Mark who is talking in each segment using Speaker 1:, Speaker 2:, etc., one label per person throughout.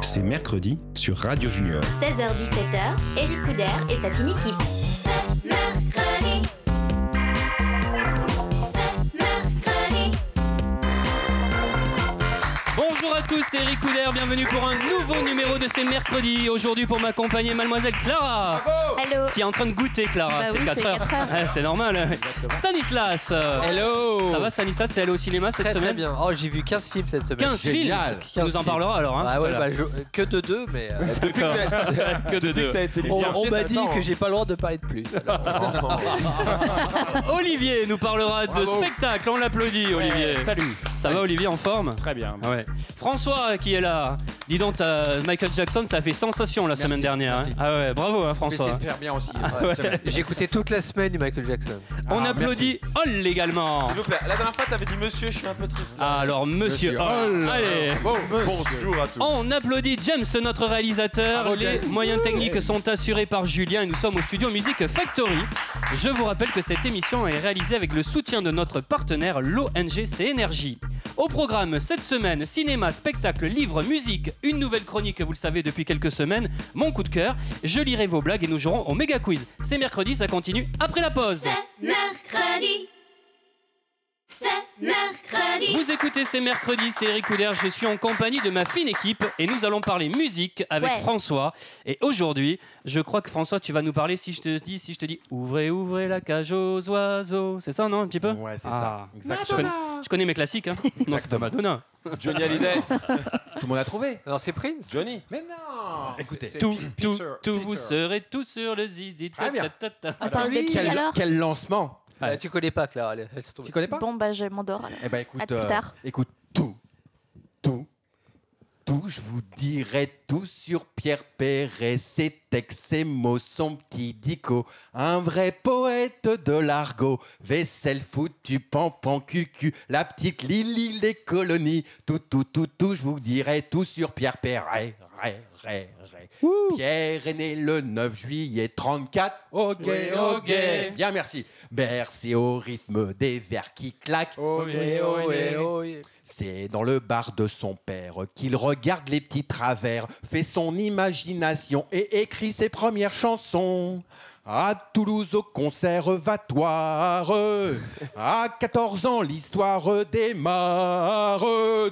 Speaker 1: C'est mercredi sur Radio Junior.
Speaker 2: 16h-17h, Eric Couder et sa fine équipe. C'est mercredi. C'est mercredi.
Speaker 3: Bonjour à tous, c'est Eric Couder, bienvenue pour un nouveau numéro de ces mercredis. Aujourd'hui pour m'accompagner mademoiselle Clara,
Speaker 4: Allô
Speaker 3: qui est en train de goûter Clara,
Speaker 4: Bah
Speaker 3: c'est
Speaker 4: oui,
Speaker 3: 4
Speaker 4: c'est
Speaker 3: heures.
Speaker 4: quatre heures.
Speaker 3: Ouais, c'est normal. Stanislas euh,
Speaker 5: Hello
Speaker 3: Ça va Stanislas, t'es allé au cinéma cette
Speaker 5: Très très
Speaker 3: semaine
Speaker 5: bien. Oh, j'ai vu 15 films cette semaine.
Speaker 3: 15 films
Speaker 5: Génial.
Speaker 3: Tu nous en
Speaker 5: 15 films.
Speaker 3: parlera alors hein,
Speaker 5: Ah
Speaker 3: tout à
Speaker 5: ouais,
Speaker 3: l'heure.
Speaker 5: bah, je- euh, que de deux, mais euh, depuis que-
Speaker 3: que de
Speaker 5: depuis que
Speaker 3: deux.
Speaker 5: t'as été
Speaker 6: On-
Speaker 5: licencié,
Speaker 6: on m'a dit
Speaker 5: t'attends,
Speaker 6: que
Speaker 5: hein. j'ai pas le droit de parler de plus.
Speaker 3: Olivier nous parlera de
Speaker 6: Bravo.
Speaker 3: spectacle, on l'applaudit Olivier.
Speaker 6: Salut.
Speaker 3: Ça va Olivier en forme
Speaker 6: Très bien.
Speaker 3: Ouais. François qui est là. Dis donc, t'as- Michael Jackson, ça a fait sensation la semaine dernière. hein.
Speaker 6: merci.
Speaker 3: Ah ouais, bravo hein, François.
Speaker 6: faire bien aussi.
Speaker 5: Ah j'ai écouté toute la semaine du Michael Jackson.
Speaker 3: On
Speaker 6: Ah,
Speaker 3: applaudit Hall également.
Speaker 7: S'il vous plaît, la dernière fois t'avais dit monsieur, je suis un peu triste.
Speaker 3: Ah, Alors, monsieur,
Speaker 6: Monsieur
Speaker 3: Hall.
Speaker 6: Hall.
Speaker 3: Allez.
Speaker 7: Bonjour à tous.
Speaker 3: On applaudit James, notre réalisateur.
Speaker 6: Bravo,
Speaker 3: Les
Speaker 6: James.
Speaker 3: moyens techniques
Speaker 6: James.
Speaker 3: sont assurés par Julien et nous sommes au studio Music Factory. Je vous rappelle que cette émission est réalisée avec le soutien de notre partenaire, l'ONG Énergie. Au programme cette semaine, cinéma, spectacle, livre, musique, une nouvelle chronique, vous le savez depuis quelques semaines, mon coup de cœur, je lirai vos blagues et nous jouerons au méga quiz. C'est mercredi, ça continue après la pause.
Speaker 2: C'est mercredi. C'est mercredi.
Speaker 3: Vous écoutez, c'est mercredi, c'est Eric Couder. Je suis en compagnie de ma fine équipe et nous allons parler musique avec
Speaker 4: Ouais.
Speaker 3: François. Et aujourd'hui, je crois que François, tu vas nous parler si je te dis, si je te dis, ouvrez, ouvrez la cage aux oiseaux. C'est ça, non, un petit peu
Speaker 6: Ouais, c'est
Speaker 3: Ah.
Speaker 6: ça. Exactement.
Speaker 3: je connais, je connais mes classiques. hein. non, c'est pas Madonna.
Speaker 7: Johnny Hallyday.
Speaker 6: Tout le monde a trouvé.
Speaker 5: Non, c'est Prince.
Speaker 7: Johnny.
Speaker 6: Mais non. Écoutez.
Speaker 3: Tout, tout, tout, vous serez tous sur le zizi.
Speaker 6: Très bien. Ah,
Speaker 3: ta, ta, ta.
Speaker 4: On parle de qui
Speaker 6: Quel,
Speaker 4: alors
Speaker 6: quel lancement.
Speaker 5: Euh, tu connais pas, Clara. Allez, laisse tomber.
Speaker 6: Tu connais pas
Speaker 4: Bon bah je m'endors alors.
Speaker 6: Eh ben
Speaker 4: À
Speaker 6: écoute.
Speaker 4: plus tard.
Speaker 6: Écoute tout, tout, tout. Je vous dirai tout sur Pierre Perret, ses textes, ses mots, son petit dico. Un vrai poète de l'argot. Vaisselle foutue, pan cucu. La petite Lily, les colonies. Tout, tout, tout, tout. Je vous dirai tout sur Pierre Perret. Ré, ré, ré. Pierre est né le 9 juillet 34. Ok, ok. Bien, merci. Bercé au rythme des vers qui claquent.
Speaker 5: Oh,
Speaker 6: C'est dans le bar de son père qu'il regarde les petits travers, fait son imagination et écrit ses premières chansons. À Toulouse au conservatoire, à 14 ans l'histoire démarre.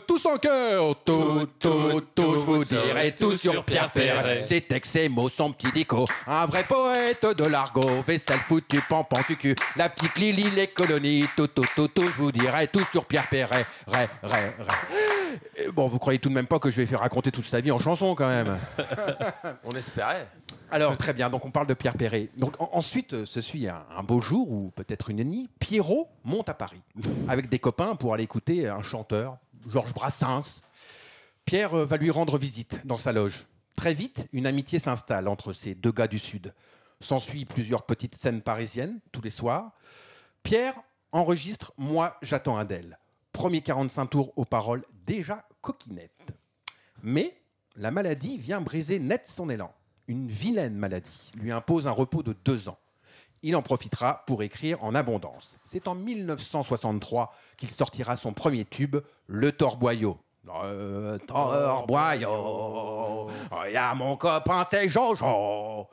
Speaker 6: Tous en cœur, tout, tout, tout, je vous dirai tout sur Pierre Perret. Ses textes, ses mots, son petit dico, un vrai poète de l'argot, vaisselle foutue, pan cucu, la petite Lily, les colonies, tout, tout, tout, tout, je vous dirai tout sur Pierre Perret. Ré, ré, ré. Et Bon, vous croyez tout de même pas que je vais faire raconter toute sa vie en chanson quand même
Speaker 7: On espérait.
Speaker 6: alors très bien, donc on parle de Pierre Perret. Donc en- ensuite, euh, ce suit un, un beau jour ou peut-être une nuit, Pierrot monte à Paris avec des copains pour aller écouter un chanteur, Georges Brassens. Pierre euh, va lui rendre visite dans sa loge. Très vite, une amitié s'installe entre ces deux gars du Sud. S'ensuit plusieurs petites scènes parisiennes tous les soirs. Pierre enregistre Moi j'attends Adèle. Premier 45 tours aux paroles déjà coquinette. Mais la maladie vient briser net son élan. Une vilaine maladie lui impose un repos de deux ans. Il en profitera pour écrire en abondance. C'est en 1963 qu'il sortira son premier tube, Le Torboyau. Le Torboyau, il y a mon copain, c'est Jojo.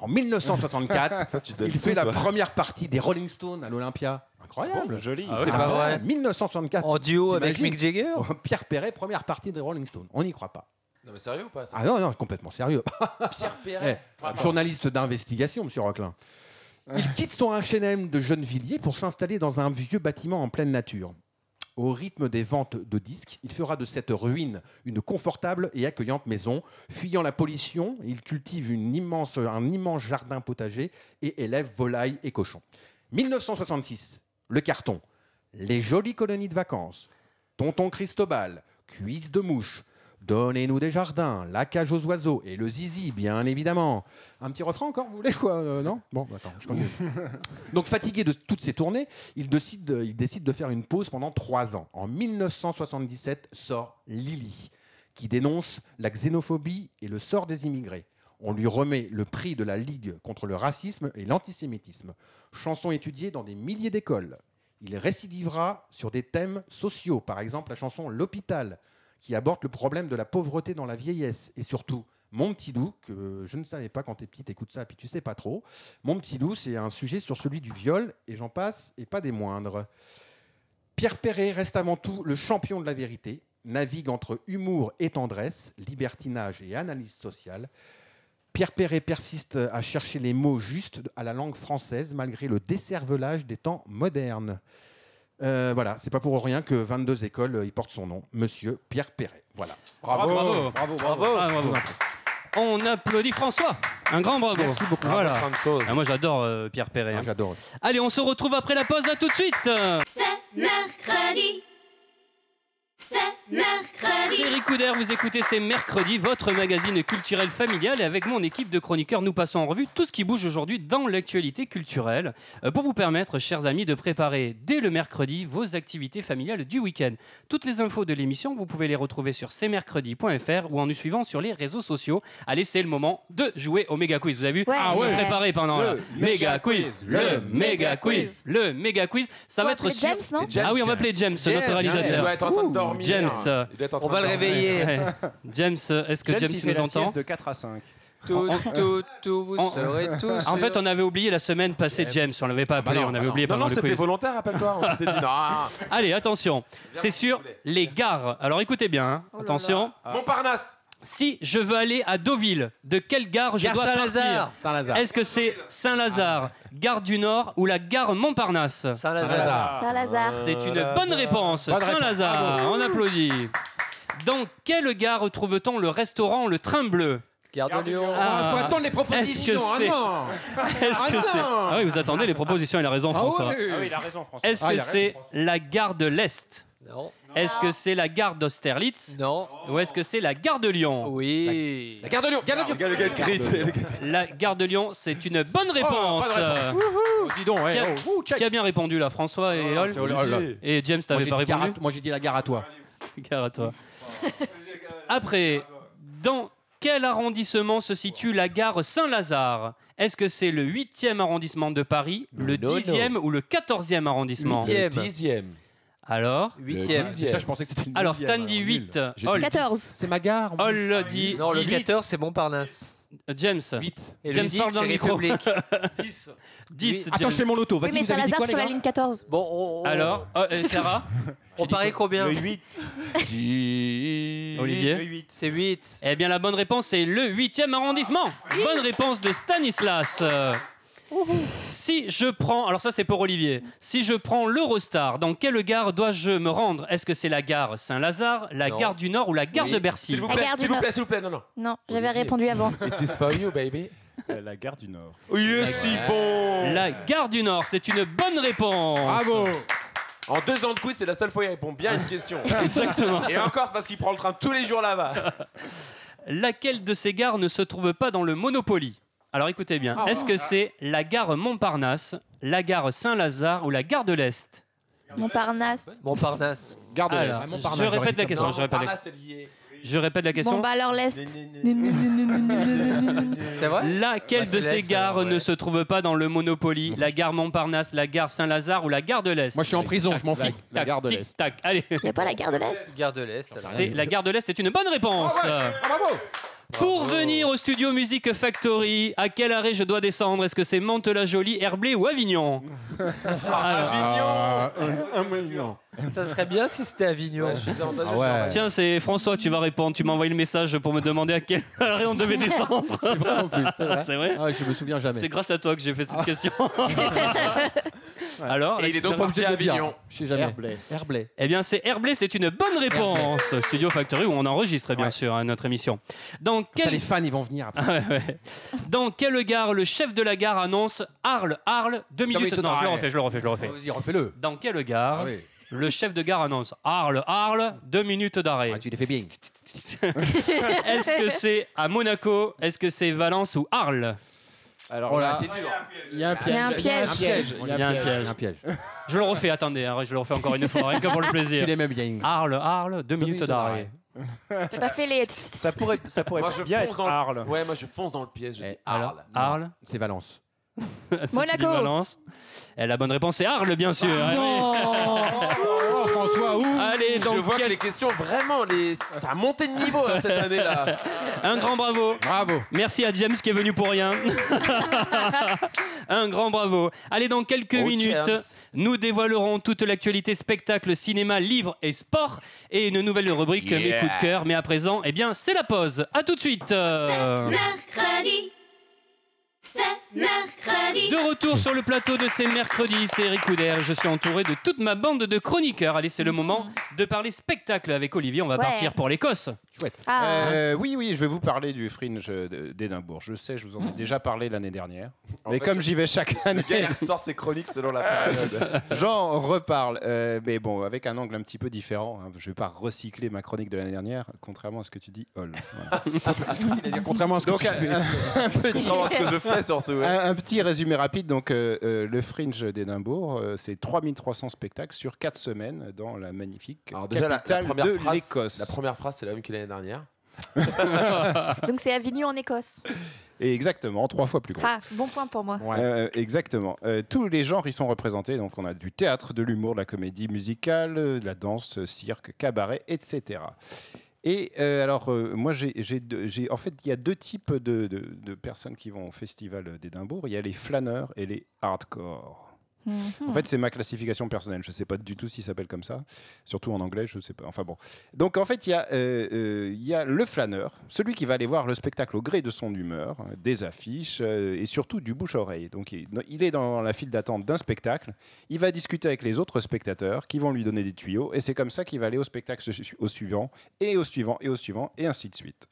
Speaker 6: En 1964,
Speaker 7: Tu donnes
Speaker 6: il fait
Speaker 7: tout,
Speaker 6: la
Speaker 7: toi.
Speaker 6: première partie des Rolling Stones à l'Olympia. Incroyable.
Speaker 7: joli.
Speaker 5: Ah ouais,
Speaker 6: Ah
Speaker 5: c'est pas
Speaker 6: ouais,
Speaker 5: vrai.
Speaker 6: 1964.
Speaker 5: En duo avec
Speaker 6: T'imagines Oh,
Speaker 5: Mick Jagger
Speaker 6: Pierre Perret, première partie des Rolling Stones. On n'y croit pas.
Speaker 7: Non mais sérieux ou pas ça
Speaker 6: Ah non, non, complètement sérieux.
Speaker 7: Pierre
Speaker 6: Eh,
Speaker 7: Perret.
Speaker 6: journaliste d'investigation, monsieur Roquelin. Il quitte son HM de Gennevilliers pour s'installer dans un vieux bâtiment en pleine nature. Au rythme des ventes de disques, il fera de cette ruine une confortable et accueillante maison. Fuyant la pollution, il cultive une immense, un immense jardin potager et élève volailles et cochons. 1966, le carton. Les jolies colonies de vacances. Tonton Cristobal, cuisse de mouche. Donnez-nous des jardins, la cage aux oiseaux et le zizi, bien évidemment. Un petit refrain encore, vous voulez quoi euh, Non Bon, bah, attends, je continue. Donc fatigué de toutes ces tournées, il décide, il décide de faire une pause pendant trois ans. En 1977 sort Lily, qui dénonce la xénophobie et le sort des immigrés. On lui remet le prix de la Ligue contre le racisme et l'antisémitisme. Chanson étudiée dans des milliers d'écoles. Il récidivera sur des thèmes sociaux, par exemple la chanson L'hôpital, qui aborde le problème de la pauvreté dans la vieillesse et surtout mon petit loup, que je ne savais pas quand t'es petit, t'écoutes ça, puis tu sais pas trop. Mon petit loup, c'est un sujet sur celui du viol, et j'en passe, et pas des moindres. Pierre Perret reste avant tout le champion de la vérité, navigue entre humour et tendresse, libertinage et analyse sociale. Pierre Perret persiste à chercher les mots justes à la langue française malgré le desservelage des temps modernes. Euh, voilà, c'est pas pour rien que 22 écoles euh, y portent son nom, Monsieur Pierre Perret. Voilà.
Speaker 3: Bravo.
Speaker 6: bravo,
Speaker 3: Ah, bravo.
Speaker 6: bravo.
Speaker 3: On applaudit François. Un grand bravo.
Speaker 6: Merci beaucoup.
Speaker 3: Voilà.
Speaker 6: Bravo, François.
Speaker 3: Ah, moi j'adore euh, Pierre Perret. hein.
Speaker 6: Ah, J'adore.
Speaker 3: Allez, on se retrouve après la pause. À tout de suite.
Speaker 2: C'est mercredi. C'est mercredi.
Speaker 3: C'est Ricoudère, vous écoutez C'est Mercredi, votre magazine culturel familial. Et avec mon équipe de chroniqueurs, nous passons en revue tout ce qui bouge aujourd'hui dans l'actualité culturelle euh, pour vous permettre, chers amis, de préparer dès le mercredi vos activités familiales du week-end. Toutes les infos de l'émission, vous pouvez les retrouver sur cmercredi.fr ou en nous suivant sur les réseaux sociaux. Allez, c'est le moment de jouer au méga quiz. Vous avez vu
Speaker 2: Ah ouais.
Speaker 3: Préparé pendant la méga quiz, le méga quiz, le méga quiz. Ça
Speaker 4: On
Speaker 3: va
Speaker 4: va
Speaker 3: être
Speaker 4: appeler
Speaker 3: sur-
Speaker 4: James, non
Speaker 7: Et James,
Speaker 3: Ah oui, on va appeler James,
Speaker 5: James,
Speaker 3: notre
Speaker 7: Il
Speaker 3: réalisateur.
Speaker 7: doit être en train de dormir. hein.
Speaker 3: James.
Speaker 7: Il doit être en
Speaker 5: On
Speaker 7: train
Speaker 5: va
Speaker 7: de
Speaker 5: le
Speaker 7: dormir.
Speaker 5: réveiller.
Speaker 3: Ouais. James, euh, est-ce que James,
Speaker 8: il
Speaker 3: tu
Speaker 8: fait
Speaker 3: nous
Speaker 8: la
Speaker 3: entends
Speaker 8: sieste de 4 à 5.
Speaker 5: Tout,
Speaker 3: En-
Speaker 5: tout, tout, vous
Speaker 3: en-
Speaker 5: serez tous.
Speaker 3: En fait, on avait oublié la semaine passée James, on l'avait pas
Speaker 6: bah
Speaker 3: appelé,
Speaker 6: non,
Speaker 3: on
Speaker 6: bah
Speaker 3: avait
Speaker 6: non.
Speaker 3: oublié
Speaker 7: Non,
Speaker 3: pendant
Speaker 7: non,
Speaker 3: le
Speaker 7: c'était
Speaker 3: quiz.
Speaker 7: volontaire, rappelle-toi. On s'était dit, non, ah, ah.
Speaker 3: Allez, attention, c'est sur
Speaker 7: voulez.
Speaker 3: les gares. Alors écoutez bien, hein.
Speaker 4: Oh là
Speaker 3: attention.
Speaker 7: Montparnasse.
Speaker 3: Si je veux aller à Deauville, de quelle gare je
Speaker 5: Gare
Speaker 3: dois
Speaker 5: Saint-Lazare.
Speaker 3: partir
Speaker 6: Saint-Lazare.
Speaker 3: Est-ce que c'est Saint-Lazare, gare du Nord ou la gare Montparnasse
Speaker 5: Saint-Lazare.
Speaker 9: Ah,
Speaker 4: Saint-Lazare.
Speaker 7: Euh,
Speaker 3: C'est une bonne réponse, Saint-Lazare. On applaudit. Dans quelle gare retrouve-t-on le restaurant Le Train Bleu
Speaker 5: Gare de Lyon.
Speaker 3: Ah,
Speaker 6: Ah, faut attendre les propositions.
Speaker 3: est-ce que c'est-
Speaker 6: ah
Speaker 3: Est-ce
Speaker 6: Ah
Speaker 3: que
Speaker 6: non
Speaker 3: c'est Ah oui, vous attendez les propositions, il a raison
Speaker 6: non
Speaker 3: François.
Speaker 8: Ah oui, il a raison, François.
Speaker 3: Est-ce
Speaker 6: Ah,
Speaker 3: que
Speaker 6: il a
Speaker 3: c'est la gare de l'Est
Speaker 5: Non.
Speaker 3: Est-ce que c'est la gare d'Austerlitz
Speaker 5: Non. Oh.
Speaker 3: Ou est-ce que c'est la gare de Lyon
Speaker 5: Oui.
Speaker 6: Garde Lyon, garde Lyon.
Speaker 7: Regarde le gars de Creed, c'est le gars-
Speaker 3: La gare de Lyon, c'est une bonne réponse. Euh,
Speaker 6: Oh, Dis donc,
Speaker 3: Tiens.
Speaker 6: ouais. oh, ouh, check.
Speaker 3: Qui a bien répondu là, François et Hall
Speaker 6: Oh là là.
Speaker 3: Et James,
Speaker 6: Moi,
Speaker 3: t'avais
Speaker 6: j'ai
Speaker 3: pas
Speaker 6: dit gare à-
Speaker 3: répondu
Speaker 6: Moi j'ai dit la gare à toi.
Speaker 3: Gare à toi. Après, dans quel arrondissement se situe la gare Saint-Lazare Est-ce que c'est le 8e arrondissement de Paris, le
Speaker 5: Non, non.
Speaker 3: 10e ou le 14e arrondissement
Speaker 5: Huitième.
Speaker 7: Le Dixième.
Speaker 3: Alors
Speaker 5: Huitième.
Speaker 7: Le dix.
Speaker 6: Ça, je pensais que c'était une
Speaker 3: Alors,
Speaker 6: neuvième,
Speaker 3: Stan dit
Speaker 6: alors,
Speaker 3: 8,
Speaker 6: nul.
Speaker 3: Hall dit-
Speaker 4: 14.
Speaker 6: C'est ma gare. mon-
Speaker 3: Hall dit
Speaker 5: Non, le
Speaker 3: 10,
Speaker 5: 14, c'est Montparnasse.
Speaker 3: James,
Speaker 6: Huit.
Speaker 5: Et
Speaker 3: James
Speaker 5: le 10,
Speaker 3: parle dans
Speaker 5: c'est
Speaker 3: le micro.
Speaker 5: République.
Speaker 3: 10.
Speaker 6: Attends,
Speaker 3: James.
Speaker 6: je fais mon auto.
Speaker 4: Oui,
Speaker 6: Vas-y,
Speaker 4: mais
Speaker 6: vous avez dit
Speaker 4: Saint-Lazare
Speaker 6: quoi, les
Speaker 4: sur la
Speaker 6: gars
Speaker 4: ligne 14.
Speaker 5: Bon, on- on-
Speaker 3: Alors, oh, euh, Sarah
Speaker 5: on parie combien
Speaker 8: Le 8.
Speaker 3: Olivier
Speaker 8: Le 8.
Speaker 5: C'est 8.
Speaker 3: Eh bien, la bonne réponse c'est le 8e arrondissement. Bonne réponse de Stanislas. Euh, Si je prends, alors ça c'est pour Olivier, si je prends l'Eurostar, dans quelle gare dois-je me rendre Est-ce que c'est la gare Saint-Lazare, la
Speaker 5: Non.
Speaker 3: gare du Nord ou la gare
Speaker 7: Oui.
Speaker 3: de Bercy
Speaker 7: S'il vous
Speaker 4: La
Speaker 7: plaît,
Speaker 4: gare du
Speaker 7: s'il vous
Speaker 4: Nord.
Speaker 7: plaît, s'il vous plaît, non, non.
Speaker 4: Non, j'avais
Speaker 7: Olivier.
Speaker 4: répondu avant.
Speaker 7: It is for you, baby.
Speaker 8: Euh, La gare du Nord.
Speaker 7: Oui, si bon.
Speaker 3: La gare du Nord, c'est une bonne réponse.
Speaker 6: Bravo.
Speaker 7: En deux ans de quiz, c'est la seule fois où il répond bien à une question.
Speaker 3: Exactement.
Speaker 7: Et encore, c'est parce qu'il prend le train tous les jours là-bas.
Speaker 3: Laquelle de ces gares ne se trouve pas dans le Monopoly Alors écoutez bien, est-ce que c'est la gare Montparnasse, la gare Saint-Lazare ou la gare de l'Est
Speaker 4: Montparnasse.
Speaker 5: Montparnasse.
Speaker 6: Garde
Speaker 3: Alors,
Speaker 6: l'Est. Montparnasse,
Speaker 3: je
Speaker 6: j'aurais
Speaker 3: répète
Speaker 6: dit
Speaker 3: la
Speaker 6: comme ça.
Speaker 3: question, je répète la,
Speaker 7: Parnasse, c'est lié.
Speaker 3: je répète la question.
Speaker 4: Bon, bah alors l'Est.
Speaker 5: C'est vrai
Speaker 3: Laquelle
Speaker 5: Bah,
Speaker 3: de
Speaker 5: c'est
Speaker 3: ces
Speaker 5: l'Est,
Speaker 3: gares
Speaker 5: alors, ouais.
Speaker 3: ne se trouve pas dans le Monopoly La gare Montparnasse, la gare Saint-Lazare ou la gare de l'Est
Speaker 6: Moi, je suis en prison, je m'en fous.
Speaker 3: Tac, tic, Tac, allez.
Speaker 4: Il n'y a pas la gare de l'Est
Speaker 5: Gare de l'Est. alors.
Speaker 3: C'est la gare de l'Est est une bonne réponse. Pour venir au studio Music Factory, à quel arrêt je dois descendre Est-ce que c'est Mantes-la-Jolie, Herblay ou Avignon Alors,
Speaker 6: Ah, un- un million.
Speaker 5: Ça serait bien si c'était Avignon.
Speaker 7: Ouais, je suis avantageux,
Speaker 6: Ah
Speaker 7: je suis
Speaker 6: ouais.
Speaker 7: avantageux.
Speaker 3: Tiens, c'est François, tu vas répondre. Tu m'as envoyé le message pour me demander à quel arrêt on devait descendre.
Speaker 6: C'est vrai en plus, c'est vrai.
Speaker 3: C'est vrai
Speaker 6: Ah, je me souviens
Speaker 3: C'est
Speaker 6: jamais.
Speaker 3: grâce à toi que j'ai fait cette question. Alors,
Speaker 7: Et il est donc
Speaker 6: Pas
Speaker 7: parti
Speaker 6: obligé
Speaker 7: à
Speaker 6: de le dire.
Speaker 7: Avignon.
Speaker 6: Je sais jamais.
Speaker 8: Herblay.
Speaker 6: Herblay.
Speaker 3: Eh bien, c'est Herblay, c'est une bonne réponse. Studio Factory, où on enregistre, bien
Speaker 6: Ouais.
Speaker 3: sûr, hein, notre émission. Dans
Speaker 6: Putain,
Speaker 3: quelle...
Speaker 6: Les fans, ils vont venir après.
Speaker 3: Ouais, ouais. Dans quelle gare le chef de la gare annonce Arles, Arles, deux minutes.
Speaker 6: minutes,
Speaker 3: Non, je le
Speaker 6: ouais.
Speaker 3: refais, je le refais, je le refais.
Speaker 6: Ah, Vas-y, refais-le.
Speaker 3: Dans quelle gare
Speaker 6: Ah oui.
Speaker 3: le chef de gare annonce Arles, Arles, deux minutes d'arrêt
Speaker 6: Ah, tu les fais bien.
Speaker 3: Est-ce que c'est à Monaco Est-ce que c'est Valence ou Arles
Speaker 6: Alors
Speaker 8: Oh là,
Speaker 6: là,
Speaker 8: Il y a un
Speaker 4: Il y a un
Speaker 8: piège.
Speaker 4: piège.
Speaker 3: Il y a un piège.
Speaker 6: un piège.
Speaker 3: Je le refais, attendez, hein, je le refais encore une fois, rien que pour le
Speaker 6: Tu
Speaker 3: plaisir.
Speaker 6: les mets bien.
Speaker 3: Arles, Arles, deux minutes
Speaker 6: minutes
Speaker 3: d'arrêt.
Speaker 4: Tu pas fait les.
Speaker 8: Ça pourrait, ça pourrait
Speaker 7: Moi, je
Speaker 8: bien
Speaker 7: fonce
Speaker 8: être
Speaker 7: dans le-
Speaker 8: Arles.
Speaker 7: Ouais, moi je fonce dans le piège. Je dis
Speaker 6: Eh,
Speaker 3: Alors,
Speaker 7: Arles.
Speaker 3: Arles,
Speaker 6: C'est Valence.
Speaker 3: petite
Speaker 4: Monaco.
Speaker 3: Valence. Et la bonne réponse c'est Arles, bien sûr. Allez.
Speaker 6: Oh, François, où
Speaker 3: Allez, Et donc,
Speaker 7: Ah Je vois que
Speaker 3: quel-
Speaker 7: les questions, vraiment, les... ça a monté de niveau hein, cette année-là.
Speaker 3: un grand bravo.
Speaker 6: Bravo.
Speaker 3: Merci à James qui est venu pour rien. un grand bravo. Allez, dans quelques
Speaker 7: Oh,
Speaker 3: minutes,
Speaker 7: James.
Speaker 3: nous dévoilerons toute l'actualité spectacle, cinéma, livre et sport et une nouvelle rubrique
Speaker 7: Yeah.
Speaker 3: Mes coups de cœur. Mais à présent, eh bien, c'est la pause. À tout de suite. Euh,
Speaker 2: mercredi. C'est mercredi.
Speaker 3: De retour sur le plateau de ces mercredis, c'est Eric Couder. Je suis entouré de toute ma bande de chroniqueurs. Allez, c'est le moment de parler spectacle avec Olivier. On va
Speaker 4: Ouais.
Speaker 3: partir pour l'Écosse.
Speaker 4: Ah,
Speaker 8: Euh, oui, oui, je vais vous parler du Fringe euh, d'Édimbourg. Je sais, je vous en ai déjà parlé l'année dernière.
Speaker 7: En
Speaker 8: mais
Speaker 7: fait,
Speaker 8: comme j'y vais chaque année,
Speaker 7: Le gars, il sort ses chroniques selon la
Speaker 8: Ah,
Speaker 7: période.
Speaker 8: j'en reparle. Euh, mais bon, avec un angle un petit peu différent. hein. Je vais pas recycler ma chronique de l'année dernière, contrairement à ce que tu dis, Hall. Voilà.
Speaker 6: Contrairement à ce que
Speaker 8: Donc,
Speaker 6: tu fais.
Speaker 8: un petit
Speaker 7: Contrairement à ce que je fais surtout. ouais.
Speaker 8: Un, un petit résumé rapide. Donc, euh, euh, le Fringe d'Édimbourg, euh, c'est 3300 spectacles sur 4 semaines dans la magnifique
Speaker 7: Alors déjà, la, la
Speaker 8: capitale
Speaker 7: première
Speaker 8: de
Speaker 7: phrase,
Speaker 8: l'Écosse.
Speaker 7: la première phrase, c'est la même que l'année dernière.
Speaker 4: donc c'est Avignon en Écosse.
Speaker 8: Et exactement, trois fois plus grand.
Speaker 4: Ah, bon point pour moi.
Speaker 8: Euh, exactement. Euh, tous les genres y sont représentés. Donc, on a du théâtre, de l'humour, de la comédie musicale, euh, de la danse, euh, cirque, cabaret, etc. Et euh, alors, euh, moi, j'ai, j'ai deux- j'ai- en fait, il y a deux types de, de- de personnes qui vont au festival d'Édimbourg. Il y a les flâneurs et les hardcore.
Speaker 4: Mhm.
Speaker 8: En fait, c'est ma classification personnelle. Je ne sais pas du tout s'il s'appelle comme ça. Surtout en anglais, je ne sais pas. Enfin bon. Donc en fait, il y, a, euh, euh, il y a le flâneur, celui qui va aller voir le spectacle au gré de son humeur, euh, des affiches euh, et surtout du bouche-oreille. Donc il il est dans la file d'attente d'un spectacle. Il va discuter avec les autres spectateurs qui vont lui donner des tuyaux. Et c'est comme ça qu'il va aller au spectacle su- au suivant, et au suivant, et au suivant, et ainsi de suite.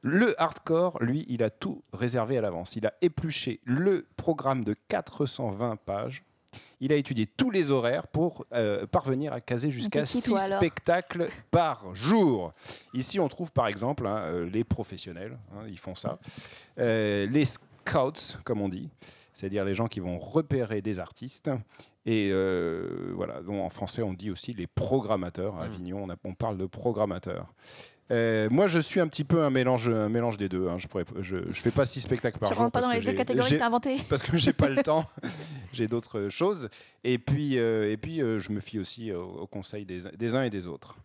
Speaker 8: Le hardcore, lui, il a tout réservé à l'avance. Il a épluché le programme de 420 pages. Il a étudié tous les horaires pour euh, parvenir à caser jusqu'à
Speaker 4: petit,
Speaker 8: 6
Speaker 4: toi, alors.
Speaker 8: spectacles par jour. Ici, on trouve par exemple hein, euh, les professionnels, hein, ils font ça, Euh, les scouts, comme on dit, c'est-à-dire les gens qui vont repérer des artistes. Et euh, voilà, donc, en français, on dit aussi les programmateurs. À Avignon, on, a- on parle de programmateurs. Euh, moi, je suis un petit peu un mélange, un mélange des deux. hein. Je ne je, je fais pas six spectacles par
Speaker 4: Tu
Speaker 8: jour.
Speaker 4: rentres pas
Speaker 8: parce
Speaker 4: dans
Speaker 8: que
Speaker 4: les deux
Speaker 8: j'ai-
Speaker 4: catégories
Speaker 8: j'ai-
Speaker 4: que t'as inventées.
Speaker 8: parce que j'ai pas le temps, j'ai d'autres choses. Et puis, euh, et puis euh, je me fie aussi euh, aux conseils des, des uns et des autres.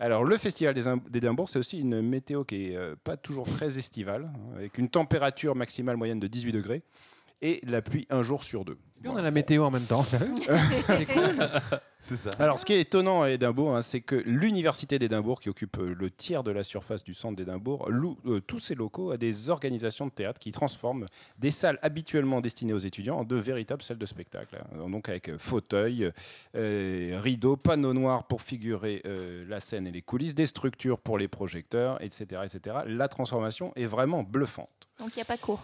Speaker 8: Alors, le Festival des Im- d'Édimbourg, c'est aussi une météo qui est euh, pas toujours très estivale, hein, avec une température maximale moyenne de 18 degrés et la pluie un jour sur deux.
Speaker 6: Puis on a la météo en même temps. C'est cool.
Speaker 7: C'est ça.
Speaker 8: Alors, ce qui est étonnant à Édimbourg, hein, c'est que l'Université d'Édimbourg, qui occupe euh, le tiers de la surface du centre d'Édimbourg, loue euh, tous ses locaux à des organisations de théâtre qui transforment des salles habituellement destinées aux étudiants en de véritables salles de spectacle. hein. Donc, avec euh, fauteuils, euh, rideaux, panneaux noirs pour figurer euh, la scène et les coulisses, des structures pour les projecteurs, etc. etc. La transformation est vraiment bluffante.
Speaker 4: Donc il n'y a pas cours.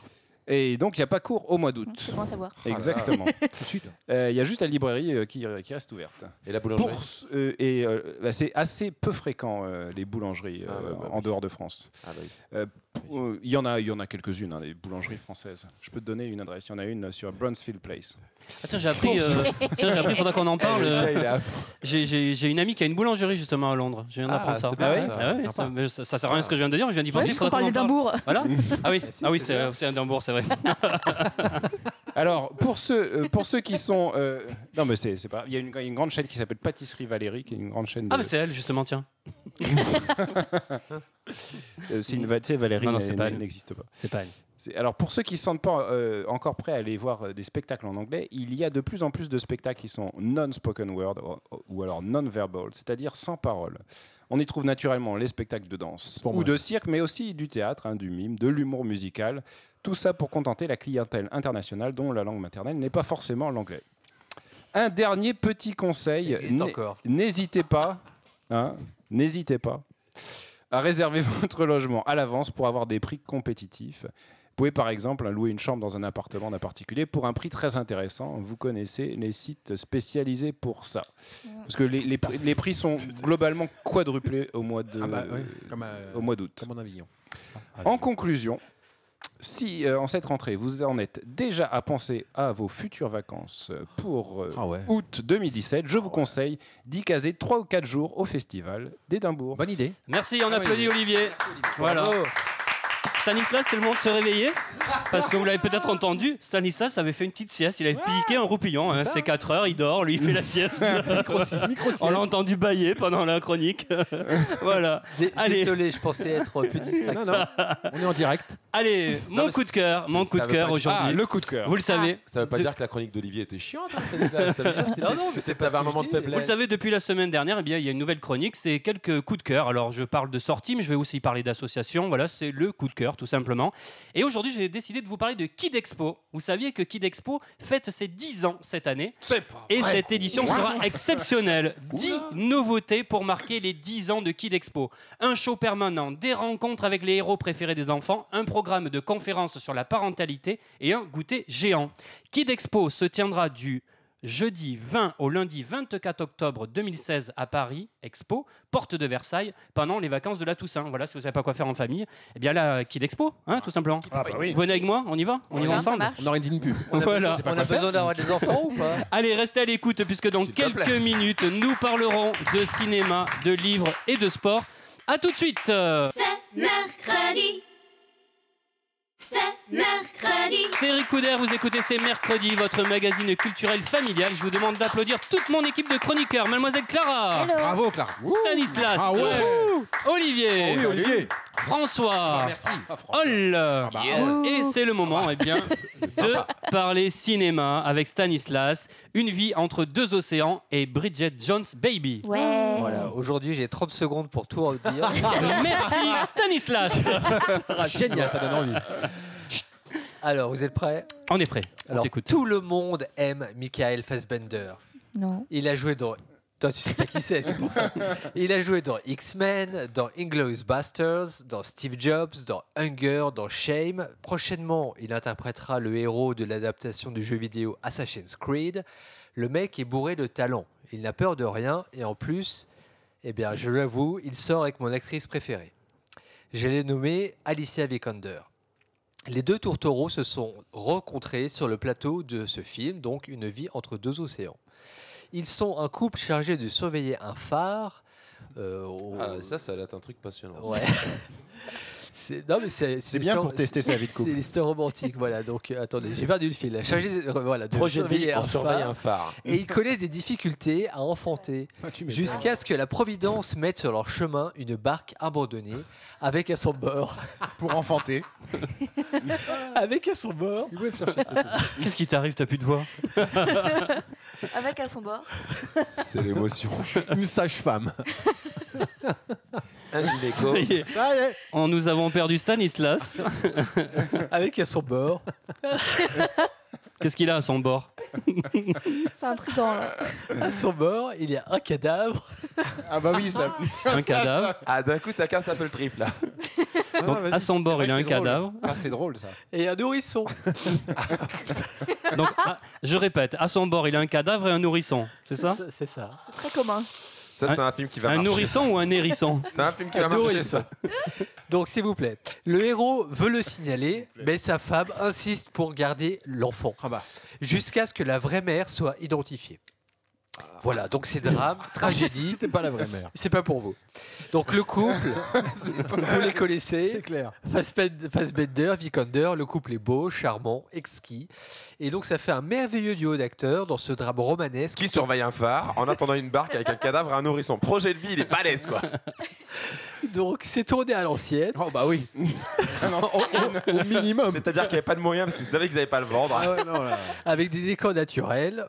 Speaker 8: Et donc, il n'y a pas cours au mois d'août.
Speaker 4: Mmh, C'est bon à
Speaker 7: Oh
Speaker 4: savoir.
Speaker 8: Exactement. Euh, Il y a juste la librairie euh, qui- qui reste ouverte.
Speaker 7: Et la boulangerie.
Speaker 8: Pour ce- euh, et euh, bah, c'est assez peu fréquent euh, les boulangeries euh,
Speaker 7: Ah, ouais, bah,
Speaker 8: en dehors de France.
Speaker 7: Ah, bah oui.
Speaker 8: Euh, Il y en a, il y en a quelques-unes, hein, des boulangeries françaises. Je peux te donner une adresse. Il y en a une euh, sur Brunsfield Place.
Speaker 3: Ah, tiens, j'ai appris, euh, tiens, j'ai appris pendant qu'on en parle.
Speaker 7: Eh, Le
Speaker 3: euh,
Speaker 7: gars, il a-
Speaker 3: J'ai- J'ai j'ai une amie qui a une boulangerie justement à Londres. Je viens
Speaker 7: Ah,
Speaker 3: d'apprendre ça.
Speaker 7: c'est bien,
Speaker 3: ouais,
Speaker 7: ça.
Speaker 3: ouais, ça, mais ça- ça sert à rien ce que je viens de dire, mais je viens d'y
Speaker 4: Ouais,
Speaker 3: penser.
Speaker 4: parce
Speaker 3: faudrait
Speaker 4: qu'on
Speaker 3: qu'on
Speaker 4: parle
Speaker 3: en parle.
Speaker 4: d'Édimbourg.
Speaker 3: Voilà. Ah oui,
Speaker 7: Eh, si,
Speaker 3: ah oui,
Speaker 7: c'est
Speaker 3: c'est
Speaker 7: bien.
Speaker 3: euh, c'est Edimbourg, c'est vrai.
Speaker 8: Alors pour ceux, euh, pour ceux qui sont, euh, non mais c'est c'est pas. Il y a une, une grande chaîne qui s'appelle Pâtisserie Valérie, qui est une grande chaîne.
Speaker 3: Ah
Speaker 8: de-
Speaker 3: mais c'est elle justement, tiens.
Speaker 8: euh, c'est une, tu sais, Valérie
Speaker 3: Mm. Non, non,
Speaker 8: n'est-
Speaker 3: c'est pas elle.
Speaker 8: n'existe pas.
Speaker 3: C'est pas elle.
Speaker 8: C'est- Alors pour ceux qui ne se sentent pas euh, encore prêts à aller voir euh, des spectacles en anglais, il y a de plus en plus de spectacles qui sont non-spoken word ou, ou alors non-verbal, c'est-à-dire sans parole. On y trouve naturellement les spectacles de danse
Speaker 6: Pour
Speaker 8: ou
Speaker 6: moi.
Speaker 8: de cirque, mais aussi du théâtre, hein, du mime, de l'humour musical. Tout ça pour contenter la clientèle internationale dont la langue maternelle n'est pas forcément l'anglais. Un dernier petit conseil,
Speaker 5: existe
Speaker 8: n'hé-
Speaker 5: encore.
Speaker 8: n'hésitez pas, hein, n'hésitez pas à réserver votre logement à l'avance pour avoir des prix compétitifs. Vous pouvez par exemple hein, louer une chambre dans un appartement d'un particulier pour un prix très intéressant. Vous connaissez les sites spécialisés pour ça. Parce que les, les prix- les prix sont globalement quadruplés au mois de-
Speaker 6: Ah bah oui, comme, euh,
Speaker 8: au mois d'août.
Speaker 6: comme en Avignon.
Speaker 8: En conclusion, si euh, en cette rentrée vous en êtes déjà à penser à vos futures vacances euh, pour euh,
Speaker 6: Ah ouais.
Speaker 8: août 2017, je vous conseille d'y caser 3 ou 4 jours au festival d'Édimbourg.
Speaker 6: Bonne idée.
Speaker 3: Merci, on
Speaker 6: Ah oui.
Speaker 3: applaudit Olivier. Voilà. Stanislas, c'est le moment de se réveiller. Parce que vous l'avez peut-être entendu, Stanislas avait fait une petite sieste. Il avait piqué en roupillant. hein. C'est 4 heures, il dort, lui, il fait la sieste. On l'a entendu bailler pendant la chronique. voilà.
Speaker 5: Dé-
Speaker 3: Allez.
Speaker 5: Désolé, je pensais être plus discret.
Speaker 6: Non, non, on est en direct.
Speaker 3: Allez, mon
Speaker 7: mais
Speaker 3: coup de
Speaker 7: c'est-
Speaker 3: cœur,
Speaker 7: c'est-
Speaker 3: mon
Speaker 7: ça
Speaker 3: coup de
Speaker 7: veut
Speaker 3: cœur
Speaker 7: pas dire-
Speaker 3: aujourd'hui.
Speaker 8: Ah, le coup de cœur.
Speaker 3: Vous le savez.
Speaker 7: Ça veut pas
Speaker 3: de-
Speaker 7: dire que la chronique d'Olivier était chiante, hein, Stanislas. Ça veut dire que
Speaker 5: Non, non, mais c'est pas
Speaker 7: t'avais un
Speaker 5: ce que
Speaker 7: moment
Speaker 5: je
Speaker 7: de
Speaker 5: dis.
Speaker 7: faiblesse.
Speaker 3: Vous le savez, depuis la semaine dernière, eh bien, il y a une nouvelle chronique, c'est quelques coups de cœur. Alors, je parle de sortie, mais je vais aussi parler d'association. Voilà, c'est le coup de cœur, tout simplement. Et aujourd'hui, j'ai décidé de vous parler de Kid Expo. Vous saviez que Kid Expo fête ses 10 ans cette année.
Speaker 8: C'est pas
Speaker 3: Et
Speaker 8: vrai.
Speaker 3: cette édition sera exceptionnelle. 10 nouveautés pour marquer les 10 ans de Kid Expo. Un show permanent, des rencontres avec les héros préférés des enfants, un programme de conférences sur la parentalité et un goûter géant. Kid Expo se tiendra du jeudi 20 au lundi 24 octobre 2016 à Paris, Expo, porte de Versailles, pendant les vacances de la Toussaint. Voilà, si vous savez pas quoi faire en famille, eh bien là, Kid Expo, hein, tout simplement.
Speaker 8: Ah, bah oui.
Speaker 3: Vous venez avec moi, on y va On y
Speaker 4: Eh
Speaker 3: va
Speaker 4: ben, ça
Speaker 3: ensemble
Speaker 4: marche.
Speaker 6: On aurait dit une pub.
Speaker 5: On a
Speaker 3: Voilà.
Speaker 5: besoin- On a besoin d'avoir des enfants ou pas
Speaker 3: Allez, restez à l'écoute puisque dans
Speaker 5: S'il te plaît.
Speaker 3: quelques minutes, nous parlerons de cinéma, de livres et de sport. À tout de suite euh,
Speaker 2: C'est mercredi. C'est mercredi.
Speaker 3: C'est Eric Couder, vous écoutez C'est Mercredi, votre magazine culturel familial. Je vous demande d'applaudir toute mon équipe de chroniqueurs. Mademoiselle Clara,
Speaker 4: Hello.
Speaker 6: Bravo, Clara.
Speaker 3: Stanislas,
Speaker 6: Ah ouais. Oh
Speaker 3: Olivier, Ah,
Speaker 6: Oui, Olivier.
Speaker 8: Ah,
Speaker 3: François,
Speaker 6: Merci.
Speaker 3: Hall.
Speaker 6: bah,
Speaker 3: Et c'est le moment
Speaker 8: bah.
Speaker 3: eh bien, de parler cinéma avec Stanislas, Une vie entre deux océans et Bridget Jones Baby.
Speaker 4: Ouais.
Speaker 5: Voilà, aujourd'hui j'ai 30 secondes pour tout redire.
Speaker 3: Merci Stanislas
Speaker 6: Génial, ça donne envie.
Speaker 5: Alors, vous êtes prêts
Speaker 3: On est prêt, on
Speaker 5: Alors,
Speaker 3: t'écoute.
Speaker 5: tout le monde aime Michael Fassbender.
Speaker 4: Non.
Speaker 5: Il a joué dans. Toi, tu sais pas qui c'est, c'est pour ça. Il a joué dans X-Men, dans Inglourious Basterds, dans Steve Jobs, dans Hunger, dans Shame. Prochainement, il interprétera le héros de l'adaptation du jeu vidéo Assassin's Creed. Le mec est bourré de talent. Il n'a peur de rien et en plus, eh bien, je l'avoue, il sort avec mon actrice préférée. Je l'ai nommée Alicia Vikander. Les deux tourtereaux se sont rencontrés sur le plateau de ce film, donc Une vie entre deux océans. Ils sont un couple chargé de surveiller un phare. euh, au-
Speaker 7: Ah, ça, ça doit être un truc passionnant.
Speaker 5: Ouais. C'est- Non mais c'est
Speaker 8: C'est bien pour tester sa vie de
Speaker 5: C'est
Speaker 8: couple.
Speaker 5: l'histoire romantique, voilà. Donc euh, attendez, j'ai perdu le fil. là. Chargé de, euh, voilà, de
Speaker 7: Projet de vie,
Speaker 5: surveiller
Speaker 7: on
Speaker 5: un
Speaker 7: surveille
Speaker 5: phare,
Speaker 7: un phare.
Speaker 5: et ils connaissent des difficultés à enfanter
Speaker 6: ah,
Speaker 5: jusqu'à ce que la Providence mette sur leur chemin une barque abandonnée avec à son bord,
Speaker 8: Pour enfanter.
Speaker 5: avec à son bord,
Speaker 3: Qu'est-ce qui t'arrive, t'as plus de voix
Speaker 9: Avec à son bord.
Speaker 7: C'est l'émotion.
Speaker 6: Une sage-femme.
Speaker 7: Un gynéco.
Speaker 6: Allez.
Speaker 3: On Oh. nous avons perdu Stanislas.
Speaker 5: avec à son bord,
Speaker 3: Qu'est-ce qu'il a à son bord
Speaker 4: C'est intriguant. là.
Speaker 5: à son bord, il y a un cadavre.
Speaker 8: Ah bah oui, ça.
Speaker 3: Un cadavre.
Speaker 7: Ah, d'un coup, ça casse un peu le trip là.
Speaker 3: Donc, à son bord,
Speaker 8: C'est vrai
Speaker 3: il
Speaker 8: que
Speaker 3: a un
Speaker 8: c'est drôle.
Speaker 3: cadavre.
Speaker 8: Ah, c'est drôle ça.
Speaker 5: Et un nourrisson.
Speaker 3: Donc, à- je répète, à son bord, il a un cadavre et un nourrisson. C'est ça
Speaker 5: C'est ça.
Speaker 4: C'est très commun.
Speaker 7: Ça, c'est un film qui va
Speaker 3: Un
Speaker 7: marcher.
Speaker 3: nourrisson ou un hérisson
Speaker 7: C'est un film qui va marcher.
Speaker 5: Nourrisson.
Speaker 7: Ça.
Speaker 5: Donc, s'il vous plaît, le héros veut le signaler, mais sa femme insiste pour garder l'enfant
Speaker 6: Ah bah.
Speaker 5: jusqu'à ce que la vraie mère soit identifiée. Voilà, donc c'est drame, tragédie.
Speaker 6: C'était Ah. pas la vraie mère.
Speaker 5: C'est pas pour vous. Donc le couple, vous les
Speaker 6: C'est
Speaker 5: connaissez,
Speaker 6: clair.
Speaker 5: Fassbend- Fassbender, Vikander, le couple est beau, charmant, exquis. Et donc ça fait un merveilleux duo d'acteurs dans ce drame romanesque.
Speaker 7: Qui surveille un phare en attendant une barque avec un cadavre et un nourrisson. Projet de vie, il est balèze quoi.
Speaker 5: Donc c'est tourné à l'ancienne.
Speaker 6: Oh bah oui. au, au- au minimum.
Speaker 7: C'est-à-dire qu'il n'y avait pas de moyens parce qu'ils savaient qu'ils n'allaient pas le vendre.
Speaker 6: Ah ouais, non, là.
Speaker 5: avec des décors naturels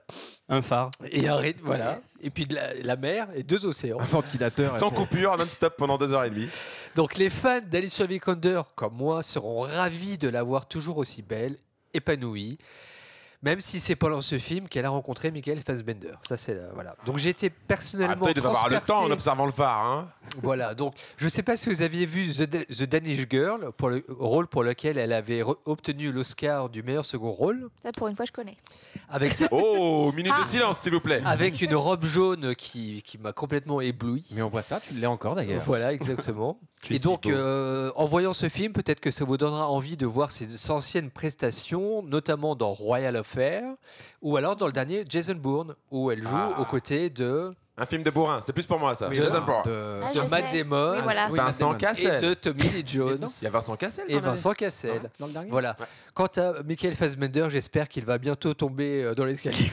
Speaker 3: Un phare.
Speaker 5: et un rythme, voilà. Et puis de la, la mer et deux océans.
Speaker 6: Un ventilateur.
Speaker 7: Sans coupure, non-stop pendant deux heures et demie.
Speaker 5: Donc les fans d'Alicia Vikander, comme moi, seront ravis de la voir toujours aussi belle, épanouie. Même si c'est pendant ce film qu'elle a rencontré Michael Fassbender. Ça, c'est la- voilà. Donc j'ai été
Speaker 7: Ah,
Speaker 5: personnellement.
Speaker 7: Toi, il devait avoir le temps en
Speaker 5: transporté-
Speaker 7: observant le phare. Hein.
Speaker 5: Voilà, donc je ne sais pas si vous aviez vu The, Da- The Danish Girl, pour le rôle pour lequel elle avait re- obtenu l'Oscar du meilleur second rôle,
Speaker 4: Ça, pour une fois, je connais.
Speaker 5: avec, sa-
Speaker 7: Oh, minute
Speaker 4: Ah.
Speaker 7: de silence, s'il vous plaît.
Speaker 5: avec une robe jaune qui, qui m'a complètement ébloui.
Speaker 6: Mais on voit ça, tu l'es encore d'ailleurs.
Speaker 5: Voilà, exactement.
Speaker 7: Tu es
Speaker 5: Et
Speaker 7: si
Speaker 5: donc,
Speaker 7: beau.
Speaker 5: euh, en voyant ce film, peut-être que ça vous donnera envie de voir ses anciennes prestations, notamment dans Royal Affair, ou alors dans le dernier Jason Bourne, où elle joue
Speaker 7: Ah.
Speaker 5: aux côtés de
Speaker 7: Un film de bourrin, c'est plus pour moi ça.
Speaker 5: Oui,
Speaker 7: Jason
Speaker 5: de-
Speaker 7: Bourne.
Speaker 5: de,
Speaker 4: Ah,
Speaker 5: de
Speaker 4: je
Speaker 5: Matt
Speaker 4: sais.
Speaker 5: Damon,
Speaker 4: Oui, voilà.
Speaker 5: Matt
Speaker 7: Vincent
Speaker 5: Damon.
Speaker 7: Cassel.
Speaker 5: et de Tommy Lee Jones
Speaker 7: Il y a Vincent Cassel.
Speaker 5: et
Speaker 7: qu'on avait.
Speaker 5: Vincent Cassel.
Speaker 6: Dans le dernier
Speaker 5: Voilà. Quant à Michael Fassbender, j'espère qu'il va bientôt tomber euh, dans l'escalier.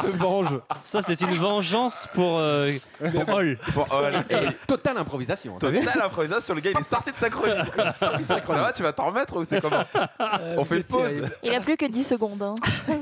Speaker 6: Se venge.
Speaker 3: Ça, c'est une vengeance pour, euh, pour Hall.
Speaker 7: Pour Hall. Et
Speaker 6: Totale improvisation. t'as vu
Speaker 7: Total improvisation, le gars il est sorti de sa chronique. Ah, quoi. Ça va, tu vas t'en remettre ou c'est comment On fait pause.
Speaker 4: Il a plus que 10 secondes. hein.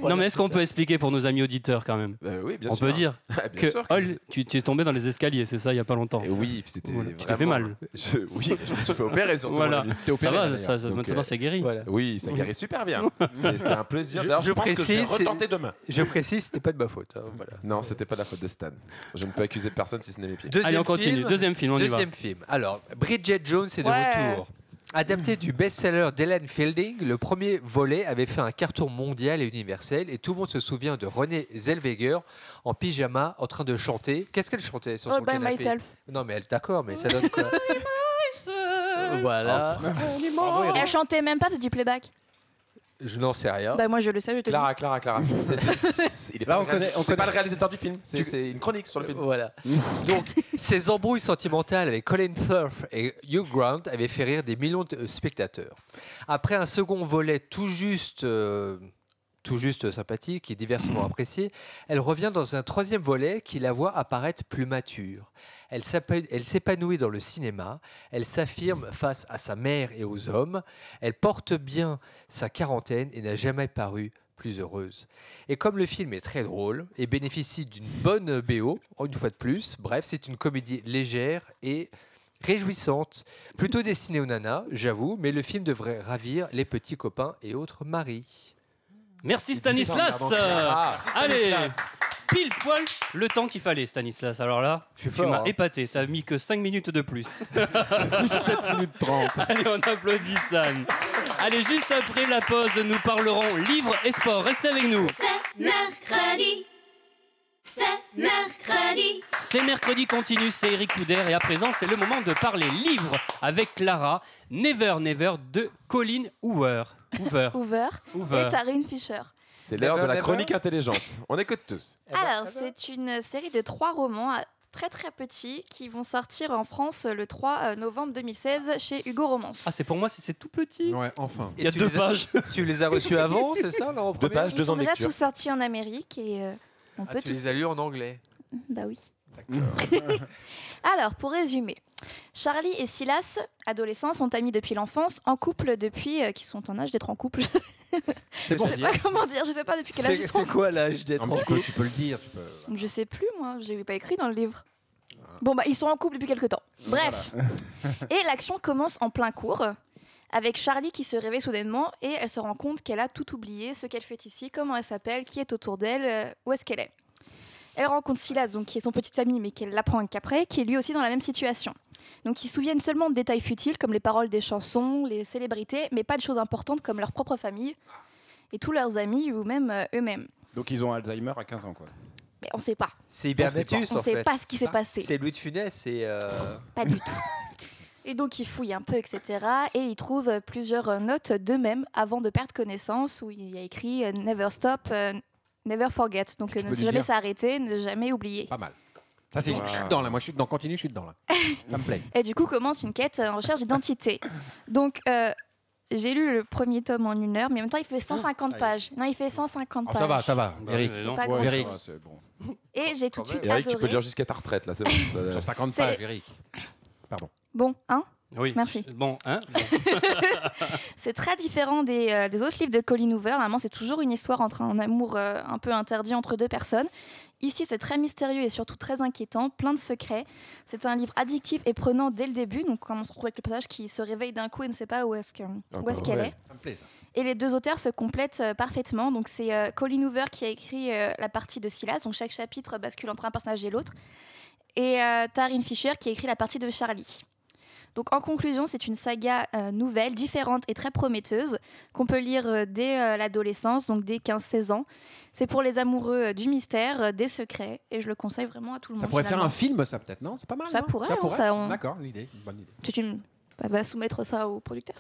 Speaker 3: non, mais est-ce qu'on peut expliquer pour nos amis auditeurs quand même
Speaker 7: Euh, oui, bien
Speaker 3: On
Speaker 7: sûr.
Speaker 3: peut dire
Speaker 7: Ah, bien
Speaker 3: que
Speaker 7: sûr que
Speaker 3: Hall, tu, tu es tombé dans les escaliers, c'est ça, il n'y a pas longtemps.
Speaker 7: Et oui, puis c'était.
Speaker 3: Voilà. Tu t'es
Speaker 7: vraiment-
Speaker 3: fait mal.
Speaker 7: Je- Oui, je me suis fait opérer surtout.
Speaker 3: Voilà.
Speaker 7: mon ami.
Speaker 6: T'es
Speaker 3: Ça
Speaker 6: opéré,
Speaker 3: va,
Speaker 6: d'ailleurs.
Speaker 3: ça, ça-
Speaker 7: Donc,
Speaker 3: maintenant
Speaker 7: euh,
Speaker 3: c'est guéri.
Speaker 5: Voilà.
Speaker 7: Oui, ça guérit super bien. C'est- C'était un plaisir.
Speaker 5: Je-
Speaker 7: D'ailleurs, je,
Speaker 5: je
Speaker 7: pense que je vais
Speaker 5: précise,
Speaker 7: retenter demain.
Speaker 5: Je précise, c'était pas de ma faute. hein, voilà.
Speaker 7: Non, c'était pas la faute de Stan. Je ne peux accuser personne si ce n'est mes pieds.
Speaker 5: Deuxième
Speaker 3: Allez, on continue.
Speaker 5: film.
Speaker 3: Deuxième film, on y
Speaker 5: Deuxième film. Alors, Bridget Jones est de
Speaker 4: Ouais.
Speaker 5: retour. Adapté du best-seller d'Ellen Fielding, le premier volet avait fait un carton mondial et universel et tout le monde se souvient de René Zellweger en pyjama en train de chanter. Qu'est-ce qu'elle chantait sur
Speaker 4: All
Speaker 5: son
Speaker 4: Oh, by
Speaker 5: canapé
Speaker 4: myself.
Speaker 5: Non mais elle d'accord, mais ça donne quoi
Speaker 7: Euh,
Speaker 3: va.
Speaker 7: ah,
Speaker 5: Voilà. Ah,
Speaker 4: Et
Speaker 9: Oh.
Speaker 4: elle chantait même pas, c'est du playback.
Speaker 5: Je n'en sais rien.
Speaker 4: Bah moi je le sais, je te le dis.
Speaker 7: Clara, Clara, Clara. C'est- c'est- c'est- il est
Speaker 8: Là,
Speaker 7: pas,
Speaker 8: on
Speaker 7: le réalis-
Speaker 8: connaît- on
Speaker 7: c'est
Speaker 8: connaît-
Speaker 7: pas le réalisateur du film. C'est
Speaker 5: Tu-
Speaker 7: c'est une chronique sur le
Speaker 3: Euh,
Speaker 7: film.
Speaker 5: Euh, Voilà. Donc, ces embrouilles sentimentales avec Colin Firth et Hugh Grant avaient fait rire des millions de euh, spectateurs. Après un second volet tout juste, euh, tout juste sympathique et diversement apprécié, elle revient dans un troisième volet qui la voit apparaître plus mature. Elle s'appa- elle s'épanouit dans le cinéma, elle s'affirme face à sa mère et aux hommes, elle porte bien sa quarantaine et n'a jamais paru plus heureuse. Et comme le film est très drôle et bénéficie d'une bonne BO, une fois de plus, bref, c'est une comédie légère et réjouissante. Plutôt destinée aux nanas, j'avoue, mais le film devrait ravir les petits copains et autres maris.
Speaker 3: Merci Stanislas.
Speaker 7: Ah,
Speaker 3: Allez, pile poil le temps qu'il fallait, Stanislas. Alors là,
Speaker 5: Je suis
Speaker 3: tu
Speaker 5: fort,
Speaker 3: m'as
Speaker 5: hein.
Speaker 3: épaté. T'as mis que 5 minutes de plus.
Speaker 6: 17 minutes 30.
Speaker 3: Allez, on applaudit Stan. Allez, juste après la pause, nous parlerons livres et sport. Restez avec nous.
Speaker 2: C'est mercredi. C'est mercredi.
Speaker 3: C'est mercredi continu, c'est Eric Couder et à présent c'est le moment de parler livres avec Clara Never Never de Colin Hoover. Hoover.
Speaker 9: Hoover
Speaker 3: Hoover.
Speaker 9: et Taryn Fisher.
Speaker 7: C'est l'heure de la
Speaker 5: Never,
Speaker 7: chronique intelligente. On écoute tous.
Speaker 9: Eh
Speaker 5: Eh ben,
Speaker 9: ben, Alors, c'est une série de trois romans euh, très très petits qui vont sortir en France le 3 euh, novembre 2016 chez Hugo Romance.
Speaker 3: Ah c'est pour moi c'est- c'est tout petit.
Speaker 6: Ouais, enfin.
Speaker 3: Il y a
Speaker 5: tu
Speaker 3: deux
Speaker 5: les
Speaker 3: pages.
Speaker 5: Tu les as reçus avant, c'est ça, Laurent
Speaker 7: Deux
Speaker 5: Premier
Speaker 7: pages,
Speaker 9: Ils
Speaker 7: deux
Speaker 9: sont
Speaker 7: ans de
Speaker 9: déjà
Speaker 7: lecture.
Speaker 9: tous sortis en Amérique et euh, on
Speaker 5: Ah,
Speaker 9: peut
Speaker 5: Tu
Speaker 9: tous
Speaker 5: les as lus en anglais.
Speaker 9: Bah oui. Alors, pour résumer, Charlie et Silas, adolescents, sont amis depuis l'enfance, en couple depuis euh, qu'ils sont en âge d'être en couple.
Speaker 6: C'est bon.
Speaker 9: je sais pas comment dire, je sais pas depuis quel âge
Speaker 5: C'est
Speaker 9: ils sont.
Speaker 5: c'est quoi l'âge d'être
Speaker 6: Ah,
Speaker 5: en
Speaker 6: mais tu, peux, tu peux le dire. Tu peux...
Speaker 9: Je sais plus, moi, j'ai pas écrit dans le livre.
Speaker 5: Ah.
Speaker 9: Bon, bah, ils sont en couple depuis quelque temps. Bref. et l'action commence en plein cours, euh, avec Charlie qui se réveille soudainement et elle se rend compte qu'elle a tout oublié, ce qu'elle fait ici, comment elle s'appelle, qui est autour d'elle, euh, où est-ce qu'elle est. Elle rencontre Silas, donc, qui est son petit ami, mais qu'elle l'apprend qu'après, qui est lui aussi dans la même situation. Donc, ils se souviennent seulement de détails futiles, comme les paroles des chansons, les célébrités, mais pas de choses importantes comme leur propre famille et tous leurs amis ou même euh, eux-mêmes.
Speaker 8: Donc ils ont Alzheimer à 15 ans, quoi.
Speaker 9: Mais on sait pas.
Speaker 5: C'est
Speaker 9: On
Speaker 5: Hibernatus, en
Speaker 9: sait
Speaker 5: fait.
Speaker 9: pas ce qui s'est passé.
Speaker 5: C'est Louis de Funès et... euh,
Speaker 9: Pas du tout. Et donc ils fouillent un peu, etc. Et ils trouvent euh, plusieurs euh, notes d'eux-mêmes avant de perdre connaissance, où il y a écrit euh, Never stop, euh, never forget. Donc euh,
Speaker 6: peux
Speaker 9: ne
Speaker 6: les
Speaker 9: jamais
Speaker 6: lire. Ah.
Speaker 9: s'arrêter, ne jamais oublier.
Speaker 6: Pas mal. Ça, c'est. Je suis dedans là. Moi, je suis dedans. Continue, je suis dedans là. Ça me plaît.
Speaker 9: Et du coup commence une quête euh, en recherche d'identité. Donc euh, j'ai lu le premier tome en une heure, mais en même temps il fait 150
Speaker 6: aïe.
Speaker 9: pages. Non, il fait 150
Speaker 6: Ah,
Speaker 9: pages.
Speaker 6: ça va, ça va.
Speaker 3: Bah,
Speaker 6: Eric.
Speaker 3: euh, non.
Speaker 9: Pas grand-
Speaker 8: ça
Speaker 6: Eric.
Speaker 8: va, c'est bon.
Speaker 9: Et j'ai tout de
Speaker 5: Quand
Speaker 9: suite
Speaker 7: Eric, tu peux
Speaker 9: adoré.
Speaker 7: dire jusqu'à ta retraite là, c'est bon. Euh,
Speaker 6: 150
Speaker 9: C'est-
Speaker 6: pages, Eric.
Speaker 9: Bon, hein
Speaker 3: Oui.
Speaker 9: Merci.
Speaker 3: Bon, hein
Speaker 9: C'est très différent des, euh, des autres livres de Colin Hoover. Normalement, c'est toujours une histoire entre un amour euh, un peu interdit entre deux personnes. Ici, c'est très mystérieux et surtout très inquiétant, plein de secrets. C'est un livre addictif et prenant dès le début. Donc, comme on se retrouve avec le personnage qui se réveille d'un coup et ne sait pas où est-ce que-
Speaker 7: Ah
Speaker 9: où
Speaker 7: bah
Speaker 9: est-ce qu'elle
Speaker 7: ouais.
Speaker 9: est.
Speaker 6: Ça me plaît. Ça.
Speaker 9: Et les deux auteurs se complètent euh, parfaitement. Donc, c'est euh, Colin Hoover qui a écrit euh, la partie de Silas. Donc, chaque chapitre bascule entre un personnage et l'autre. Et euh, Taryn Fisher qui a écrit la partie de Charlie. Donc, en conclusion, c'est une saga euh, nouvelle, différente et très prometteuse qu'on peut lire euh, dès euh, l'adolescence, donc dès 15-16 ans. C'est pour les amoureux euh, du mystère, euh, des secrets. Et je le conseille vraiment à tout le
Speaker 6: Ça
Speaker 9: monde.
Speaker 6: pourrait faire
Speaker 9: finalement.
Speaker 6: un film, ça peut-être, non C'est pas mal.
Speaker 9: Ça
Speaker 6: non
Speaker 9: pourrait, hein,
Speaker 6: pourrait
Speaker 9: ça, on-
Speaker 6: D'accord, une idée, une bonne idée.
Speaker 9: C'est une Bah, va soumettre ça au producteur.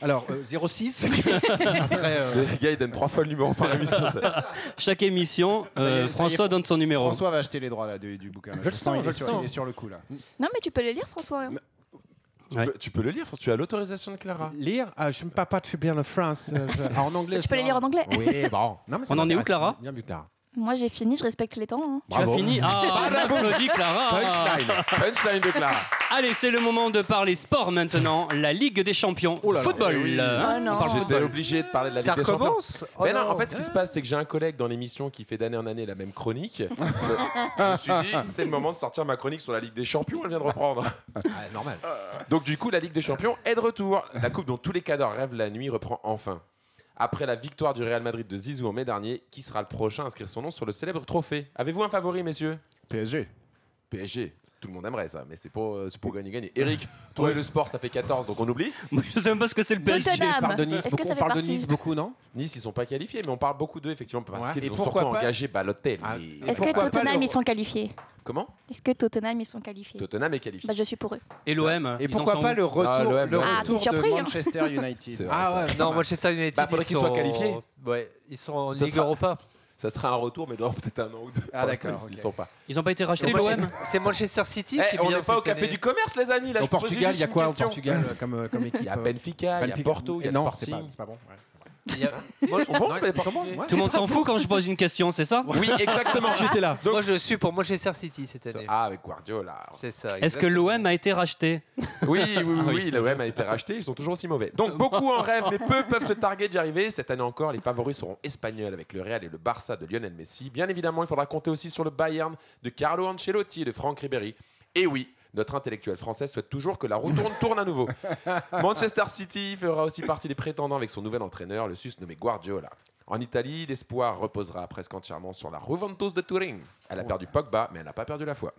Speaker 6: Alors, euh, 06. Après, euh,
Speaker 7: Les gars, ils donnent trois fois le numéro par émission. ça.
Speaker 3: Chaque émission,
Speaker 8: Ça y est,
Speaker 3: euh,
Speaker 8: ça y est,
Speaker 3: François
Speaker 8: Fran-
Speaker 3: donne son numéro.
Speaker 8: François va acheter les droits là, du, du bouquin. là.
Speaker 6: Je le sens,
Speaker 8: il,
Speaker 6: je
Speaker 8: est
Speaker 6: le
Speaker 8: sur,
Speaker 6: sens.
Speaker 8: il est sur le coup là.
Speaker 9: Non, mais tu peux le lire, François. hein.
Speaker 7: Tu peux- Tu peux le lire, François, tu as l'autorisation de Clara.
Speaker 6: lire, ah, je ne parle pas de Super en France. euh, je- ah, en anglais.
Speaker 9: Tu peux les
Speaker 6: je-
Speaker 9: lire en anglais.
Speaker 6: Oui, bon. Non, mais ça
Speaker 3: On en est où,
Speaker 6: m'intéresse.
Speaker 3: Clara
Speaker 6: Bien vu, Clara.
Speaker 9: Moi, j'ai fini, je respecte les temps. hein.
Speaker 3: Tu as fini Ah, on applaudit Clara
Speaker 7: Punchline. Punchline de Clara.
Speaker 3: Allez, c'est le moment de parler sport maintenant. La Ligue des Champions.
Speaker 6: Oh là là.
Speaker 3: football.
Speaker 7: Eh oui.
Speaker 3: hein,
Speaker 9: Oh non.
Speaker 3: on parle
Speaker 7: J'étais
Speaker 3: football.
Speaker 7: obligé de parler de la
Speaker 5: Ça
Speaker 7: Ligue des Champions.
Speaker 5: recommence
Speaker 7: Mais
Speaker 5: Oh
Speaker 7: Ben non, en fait, ce qui se passe, c'est que j'ai un collègue dans l'émission qui fait d'année en année la même chronique. Je me suis dit, c'est le moment de sortir ma chronique sur la Ligue des Champions, elle vient de reprendre.
Speaker 6: Ah, normal.
Speaker 7: Donc, du coup, la Ligue des Champions est de retour. La coupe dont tous les cadres rêvent la nuit reprend enfin. Après la victoire du Real Madrid de Zizou en mai dernier, qui sera le prochain à inscrire son nom sur le célèbre trophée Avez-vous un favori, messieurs
Speaker 8: PSG.
Speaker 7: PSG. Tout le monde aimerait ça, mais c'est pour, euh, c'est pour gagner, gagner. Eric, toi et le sport, ça fait 14, donc on oublie.
Speaker 3: Je sais même pas ce que c'est le PSG.
Speaker 9: Tottenham.
Speaker 6: Parle de Nice
Speaker 9: Est-ce que
Speaker 6: beaucoup.
Speaker 9: ça
Speaker 6: On
Speaker 9: fait
Speaker 6: parle de
Speaker 9: partie
Speaker 6: Nice beaucoup, non
Speaker 7: Nice, ils sont pas qualifiés, mais on parle beaucoup d'eux, effectivement, parce
Speaker 6: Ouais.
Speaker 7: qu'ils
Speaker 8: Et
Speaker 7: ont surtout
Speaker 8: pourquoi pas-
Speaker 7: engagé Balotelli.
Speaker 6: Ah,
Speaker 9: Est-ce que
Speaker 6: Pourquoi pas
Speaker 9: Tottenham,
Speaker 6: le-
Speaker 9: ils sont qualifiés
Speaker 7: Comment
Speaker 9: Est-ce que Tottenham, ils sont qualifiés
Speaker 7: Tottenham est qualifié.
Speaker 9: Bah, je suis pour eux.
Speaker 3: Et l'OM.
Speaker 8: Et pourquoi pas le retour,
Speaker 7: Ah, l'OM,
Speaker 8: le
Speaker 7: l'OM.
Speaker 9: Ah,
Speaker 8: retour
Speaker 9: t'es surpris,
Speaker 8: de
Speaker 9: hein.
Speaker 8: Manchester United
Speaker 7: C'est ça.
Speaker 6: Ah ouais.
Speaker 5: Non, Manchester United.
Speaker 7: Bah, faudrait
Speaker 5: ils
Speaker 7: qu'ils soient
Speaker 5: sont-
Speaker 7: qualifiés.
Speaker 5: Ouais, ils sont en
Speaker 7: Ça
Speaker 5: Ligue
Speaker 7: sera-
Speaker 5: Europa.
Speaker 7: Ça sera un retour, mais dans peut-être un an ou deux.
Speaker 8: Ah,
Speaker 7: Pour l'instant,
Speaker 8: d'accord,
Speaker 7: Ils
Speaker 8: ok.
Speaker 7: ne sont pas.
Speaker 3: Ils ont pas été
Speaker 5: C'est
Speaker 3: rachetés l'OM
Speaker 5: Manchester- C'est Manchester City
Speaker 7: Eh,
Speaker 5: qui est
Speaker 7: on
Speaker 5: bien
Speaker 7: n'est pas au
Speaker 5: cette
Speaker 7: café
Speaker 5: année.
Speaker 7: du commerce, les amis. Là, je
Speaker 6: Au
Speaker 7: vous pose
Speaker 6: Portugal, il
Speaker 7: juste
Speaker 6: y a
Speaker 7: une
Speaker 6: quoi au
Speaker 7: question.
Speaker 6: Portugal euh, comme, euh, comme équipe
Speaker 7: Il y a
Speaker 6: euh,
Speaker 7: Benfica, il y a
Speaker 6: Benfica
Speaker 7: Porto, il y a le
Speaker 6: Non, c'est pas,
Speaker 7: Sporting.
Speaker 6: c'est pas bon. ouais.
Speaker 5: Il y a-
Speaker 7: Moi, je comprends, les
Speaker 6: Ils sont bons,
Speaker 7: Portugais.
Speaker 6: ouais.
Speaker 3: Tout le monde s'en fout quand je pose une question, c'est ça
Speaker 7: Oui, exactement.
Speaker 9: Ah.
Speaker 6: Tu étais là.
Speaker 5: Moi, je suis pour Manchester City cette année.
Speaker 7: Ah, avec Guardiola.
Speaker 5: C'est ça.
Speaker 3: Est-ce que
Speaker 5: exactement.
Speaker 3: l'OM a été racheté
Speaker 7: Oui, oui, oui, oui, l'OM a été racheté, ils sont toujours aussi mauvais. Donc beaucoup en rêvent, mais peu peuvent se targuer d'y arriver. Cette année encore, les favoris seront espagnols avec le Real et le Barça de Lionel Messi. Bien évidemment, il faudra compter aussi sur le Bayern de Carlo Ancelotti et de Franck Ribéry. Et oui, notre intellectuel français souhaite toujours que la roue tourne, tourne à nouveau. Manchester City fera aussi partie des prétendants avec son nouvel entraîneur, le sus nommé Guardiola. En Italie, l'espoir reposera presque entièrement sur la Juventus de Turin. Elle a perdu Pogba, mais elle n'a pas perdu la foi.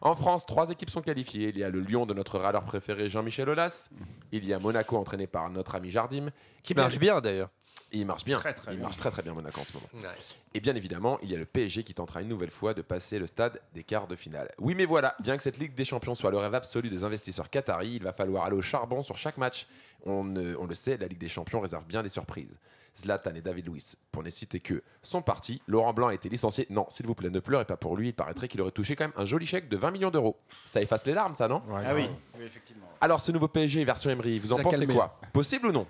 Speaker 7: En France, trois équipes sont qualifiées. Il y a le Lyon de notre râleur préféré Jean-Michel Aulas. Il y a Monaco entraîné par notre ami Jardim.
Speaker 5: Qui marche bien d'ailleurs.
Speaker 7: Il marche bien.
Speaker 8: Très, très
Speaker 7: il
Speaker 8: bien.
Speaker 7: marche très très bien Monaco en ce moment. Et bien évidemment, il y a le PSG qui tentera une nouvelle fois de passer le stade des quarts de finale. Oui, mais voilà, bien que cette Ligue des Champions soit le rêve absolu des investisseurs qataris, il va falloir aller au charbon sur chaque match. On, ne- on le sait, la Ligue des Champions réserve bien des surprises. Zlatan et David Luiz, pour ne citer que, sont partis. Laurent Blanc a été licencié. Non, s'il vous plaît, ne pleurez pas pour lui. Il paraîtrait qu'il aurait touché quand même un joli chèque de 20 millions d'euros. Ça efface les larmes, ça, non
Speaker 8: Ah oui, oui, effectivement.
Speaker 7: alors, ce nouveau PSG version Emery, vous en
Speaker 6: Vous a
Speaker 7: pensez
Speaker 6: calmé.
Speaker 7: quoi Possible ou non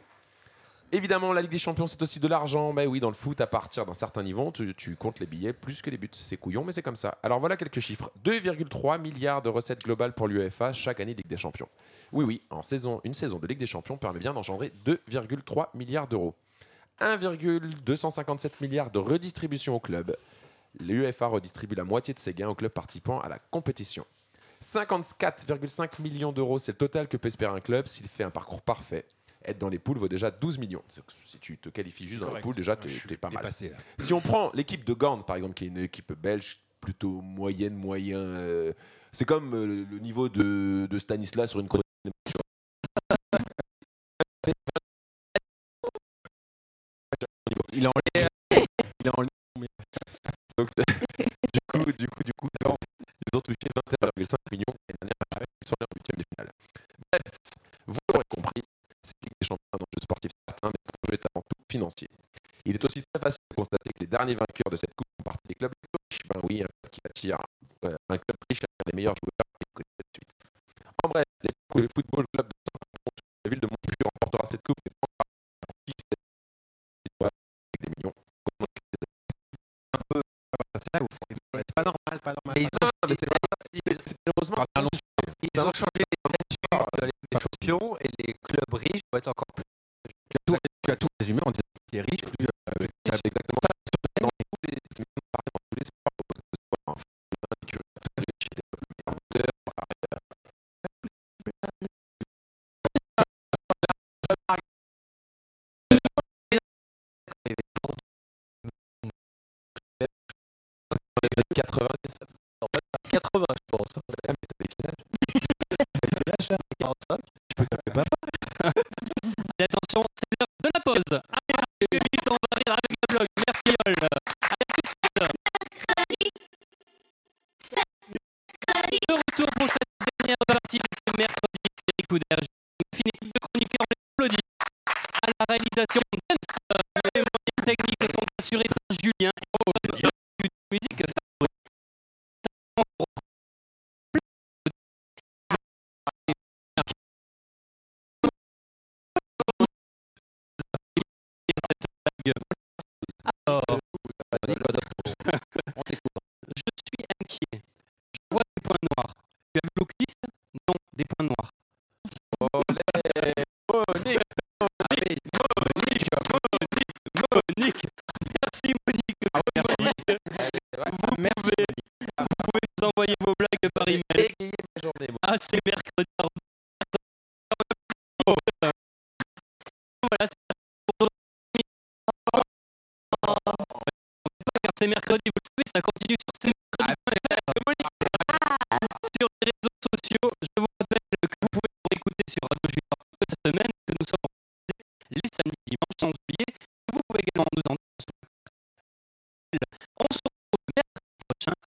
Speaker 7: Évidemment, la Ligue des Champions, c'est aussi de l'argent. Mais oui, dans le foot, à partir d'un certain niveau, tu, tu comptes les billets plus que les buts. C'est couillon, mais c'est comme ça. Alors voilà quelques chiffres 2,3 milliards de recettes globales pour l'UEFA chaque année de Ligue des Champions. Oui, oui, en saison, une saison de Ligue des Champions permet bien d'engendrer 2,3 milliards d'euros. 1,257 milliards de redistribution au club. L'UEFA redistribue la moitié de ses gains aux clubs participants à la compétition. 54,5 millions d'euros, c'est le total que peut espérer un club s'il fait un parcours parfait. Être dans les poules vaut déjà 12 millions. C'est-à-dire que Si tu te qualifies juste dans les
Speaker 8: Correct.
Speaker 7: poules, déjà,
Speaker 8: Ouais,
Speaker 7: t'es
Speaker 8: je suis
Speaker 7: t'es pas mal.
Speaker 6: Dépassé, là.
Speaker 7: Si on prend l'équipe de Gand, par exemple, qui est une équipe belge plutôt moyenne, moyen, euh, c'est comme euh, le niveau de, de Stanislas sur une chronique.
Speaker 6: Il est en il est en
Speaker 7: Du coup, du coup, du coup, Gand, ils ont touché 21,5 millions et dernière après, ils sont allés en huitième de finale. Bref, vous l'aurez compris, cette Ligue des Champions est un enjeu sportif certain, mais cet enjeu est avant tout financier. Il est aussi très facile de constater que les derniers vainqueurs de cette coupe font partie des clubs les plus riches. Ben oui, un club qui attire euh, un club riche attire les meilleurs joueurs et vous connaissez la suite. En bref, l'époque où le football club de Saint-Pons, la ville de Montpellier remportera cette coupe n'est pas encore qui c'est avec des millions.
Speaker 6: C'est là où faut- c'est Ah, pas normal, pas normal.
Speaker 5: Mais ils ont,
Speaker 7: mais c'est C'est- c'est malheureusement
Speaker 6: Ah, c'est un long-
Speaker 5: ils ont changé les statuts de la Ligue des champions et les clubs riches vont être encore plus.
Speaker 6: Tu as tout résumé en disant qu'il est riche, plus euh,
Speaker 7: c'est exactement ça. Dans tous les, c'est même pareil dans tous les sports, que ce soit en foot, en équipe, chez des meilleurs auteurs, dans les années 90,
Speaker 5: 80, je pense.
Speaker 3: Et attention, c'est l'heure de la pause. Allez, à plus vite, on va rire avec le blog. Merci, Yol. De retour pour cette dernière partie de ce mercredi. Couder. Je finis de chroniquer, on les applaudit. À la réalisation James, euh, les moyens techniques sont assurés par Julien. Et nous sommes dans une musique Alors, je suis inquiet. Je vois des points noirs. Tu as vu l'oculiste Non, des points noirs. Monique, merci Monique.
Speaker 8: Merci.
Speaker 3: Vous pouvez nous envoyer vos blagues par email.
Speaker 7: Égayez ma journée, moi.
Speaker 3: Ah, c'est mercredi. Voilà, c'est- Car c'est mercredi, vous le savez, ça continue sur ces Ah. sur les réseaux sociaux. Je vous rappelle que vous pouvez nous écouter sur Radio Junior toute la semaine, que nous sommes organisés les samedis, dimanches, sans oublier. que Vous pouvez également nous entendre sur le On se retrouve mercredi prochain